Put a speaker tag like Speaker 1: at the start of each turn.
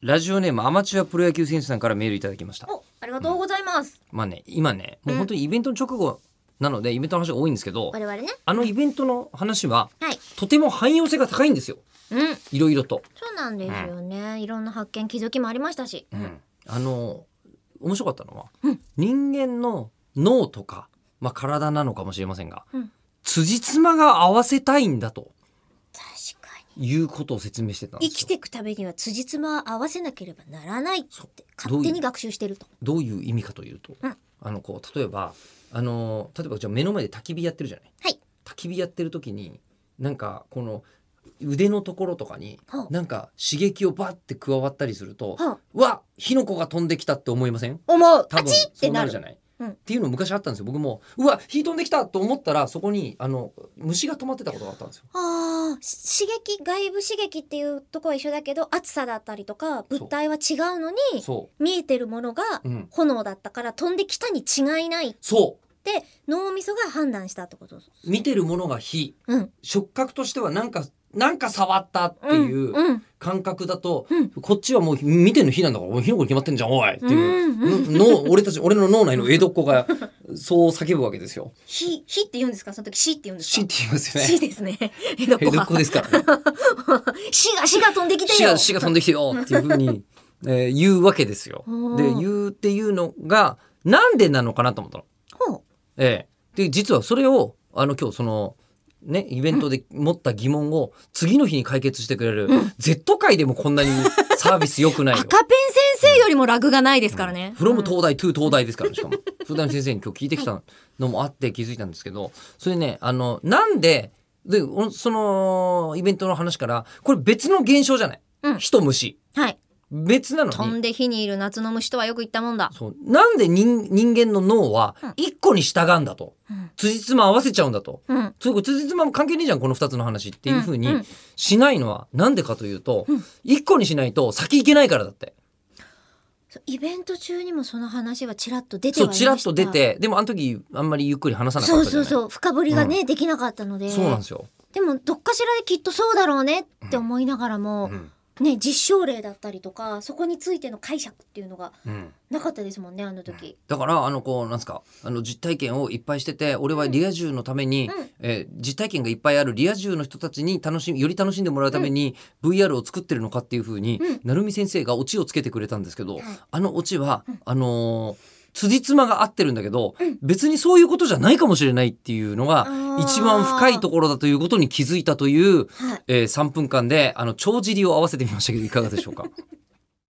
Speaker 1: ラジオネームアマチュアプロ野球選手さんからメールいただきました
Speaker 2: お、ありがとうございます。
Speaker 1: まあね今ねもう本当にイベントの直後なのでイベントの話が多いんですけど
Speaker 2: 我々ね。
Speaker 1: あのイベントの話は
Speaker 2: はい。
Speaker 1: とても汎用性が高いんですよ
Speaker 2: うん。
Speaker 1: いろいろと、
Speaker 2: そうなんですよね。いろんな発見、気づきもありましたし。
Speaker 1: あの面白かったのは、人間の脳とか、まあ、体なのかもしれませんが、
Speaker 2: うん
Speaker 1: 辻褄が合わせたいんだと
Speaker 2: 確かに。
Speaker 1: いうことを説明してたんで
Speaker 2: 生
Speaker 1: す
Speaker 2: き
Speaker 1: よ
Speaker 2: ていくためには辻褄を合わせなければならないって
Speaker 1: そう
Speaker 2: 勝手に学習してると。
Speaker 1: どういう意味かというと、
Speaker 2: うん
Speaker 1: あのこう例えばあの例えばじゃあ目の前で焚き火やってるじゃない、
Speaker 2: はい
Speaker 1: 焚き火やってる時になんかこの腕のところとかに
Speaker 2: はあ
Speaker 1: なんか刺激をバッて加わったりすると、
Speaker 2: はあ
Speaker 1: わ火の粉が飛んできたって思いません
Speaker 2: 思う。
Speaker 1: 多
Speaker 2: パ
Speaker 1: 分
Speaker 2: チって
Speaker 1: そうな
Speaker 2: な
Speaker 1: るじゃ
Speaker 2: る。
Speaker 1: ない、
Speaker 2: うん
Speaker 1: っていうの昔あったんですよ僕もうわ火飛んできたと思ったらそこにあの虫が止まってたことがあったんですよ
Speaker 2: ああ、し刺激、外部刺激っていうとこは一緒だけど、暑さだったりとか、物体は違うのに、
Speaker 1: そ
Speaker 2: 見えてるものが
Speaker 1: う、うん、
Speaker 2: 炎だったから飛んできたに違いないっ
Speaker 1: そ
Speaker 2: て脳みそが判断したってことです。
Speaker 1: う見てるものが火
Speaker 2: うん。
Speaker 1: 触覚としてはなんかなんか触ったっていう、
Speaker 2: うん。うん
Speaker 1: 感覚だと、
Speaker 2: うん
Speaker 1: こっちはもう見ての火なんだから、おい火の粉に決まってんじゃん、おいっていう。
Speaker 2: うんうん
Speaker 1: の脳俺たち、俺の脳内の江戸っ子が、そう叫ぶわけですよ。
Speaker 2: 火、火って言うんですかその時死って言うんです
Speaker 1: 死
Speaker 2: か
Speaker 1: って言いますよ
Speaker 2: 死
Speaker 1: ね。
Speaker 2: ですね。 江戸っ
Speaker 1: 江戸
Speaker 2: 子
Speaker 1: っ
Speaker 2: は
Speaker 1: 子です からね。
Speaker 2: 死が、死が飛んできて
Speaker 1: 死
Speaker 2: よ
Speaker 1: が、死が飛んできてよっていうふうに、えー言うわけですよ
Speaker 2: う。ん
Speaker 1: で、言うっていうのが、なんでなのかなと思ったの。
Speaker 2: ほう
Speaker 1: ええで、実はそれを、あの、今日その、ね、イベントで持った疑問を次の日に解決してくれる、Z 界でもこんなにサービス良くないよ
Speaker 2: 赤。ペン先生よりもラグがないですからね。
Speaker 1: フロム東大、トゥ東大ですから、しかも。東大の先生に今日聞いてきたのもあって気づいたんですけど、それね、あの、なんで、で、おその、イベントの話から、これ別の現象じゃない。
Speaker 2: うん
Speaker 1: 人虫。
Speaker 2: はい。
Speaker 1: 別な
Speaker 2: 飛
Speaker 1: の
Speaker 2: ん
Speaker 1: に。
Speaker 2: で火にいる夏の虫とはよく言ったもんだ。
Speaker 1: そうなんで人人間の脳は
Speaker 2: うん
Speaker 1: 一個に従うんだと。
Speaker 2: うん
Speaker 1: 辻褄合わせちゃうんだと。
Speaker 2: うん。
Speaker 1: それこれ辻褄も関係ねえじゃん、この二つの話っていうふう
Speaker 2: うんう
Speaker 1: に
Speaker 2: ん
Speaker 1: しないのは、なんでかというと
Speaker 2: うん、
Speaker 1: 一個にしないと先行けないからだって。
Speaker 2: そうイベント中にもその話はちらっと出て
Speaker 1: そ、
Speaker 2: はいうました
Speaker 1: ちらっと出。て、でもあの時あんまりゆっくり話さなか
Speaker 2: そ
Speaker 1: った
Speaker 2: う
Speaker 1: じゃない
Speaker 2: そうそう。深掘りがね、できなかったので。
Speaker 1: そうなんですよ。
Speaker 2: でも、どっかしらできっとそうだろうねって思いながらも、
Speaker 1: うん
Speaker 2: ね、実証例だったりとか、そこについての解釈っていうのが
Speaker 1: うん、
Speaker 2: なかったですもんね、あの時。
Speaker 1: だからあのこうなんすかあの実体験をいっぱいしてて俺はリア充のために、
Speaker 2: うん
Speaker 1: えー実体験がいっぱいあるリア充の人たちに楽しみより楽しんでもらうために VR を作ってるのかっていうふうに、
Speaker 2: うん
Speaker 1: なるみ先生がオチをつけてくれたんですけど、
Speaker 2: はい
Speaker 1: あのオチは、あのー辻褄が合ってるんだけど、
Speaker 2: うん
Speaker 1: 別にそういうことじゃないかもしれないっていうのが
Speaker 2: あー
Speaker 1: 一番深いところだということに気づいたという、
Speaker 2: はい。
Speaker 1: えー3分間であの帳尻を合わせてみましたけどいかがでしょうか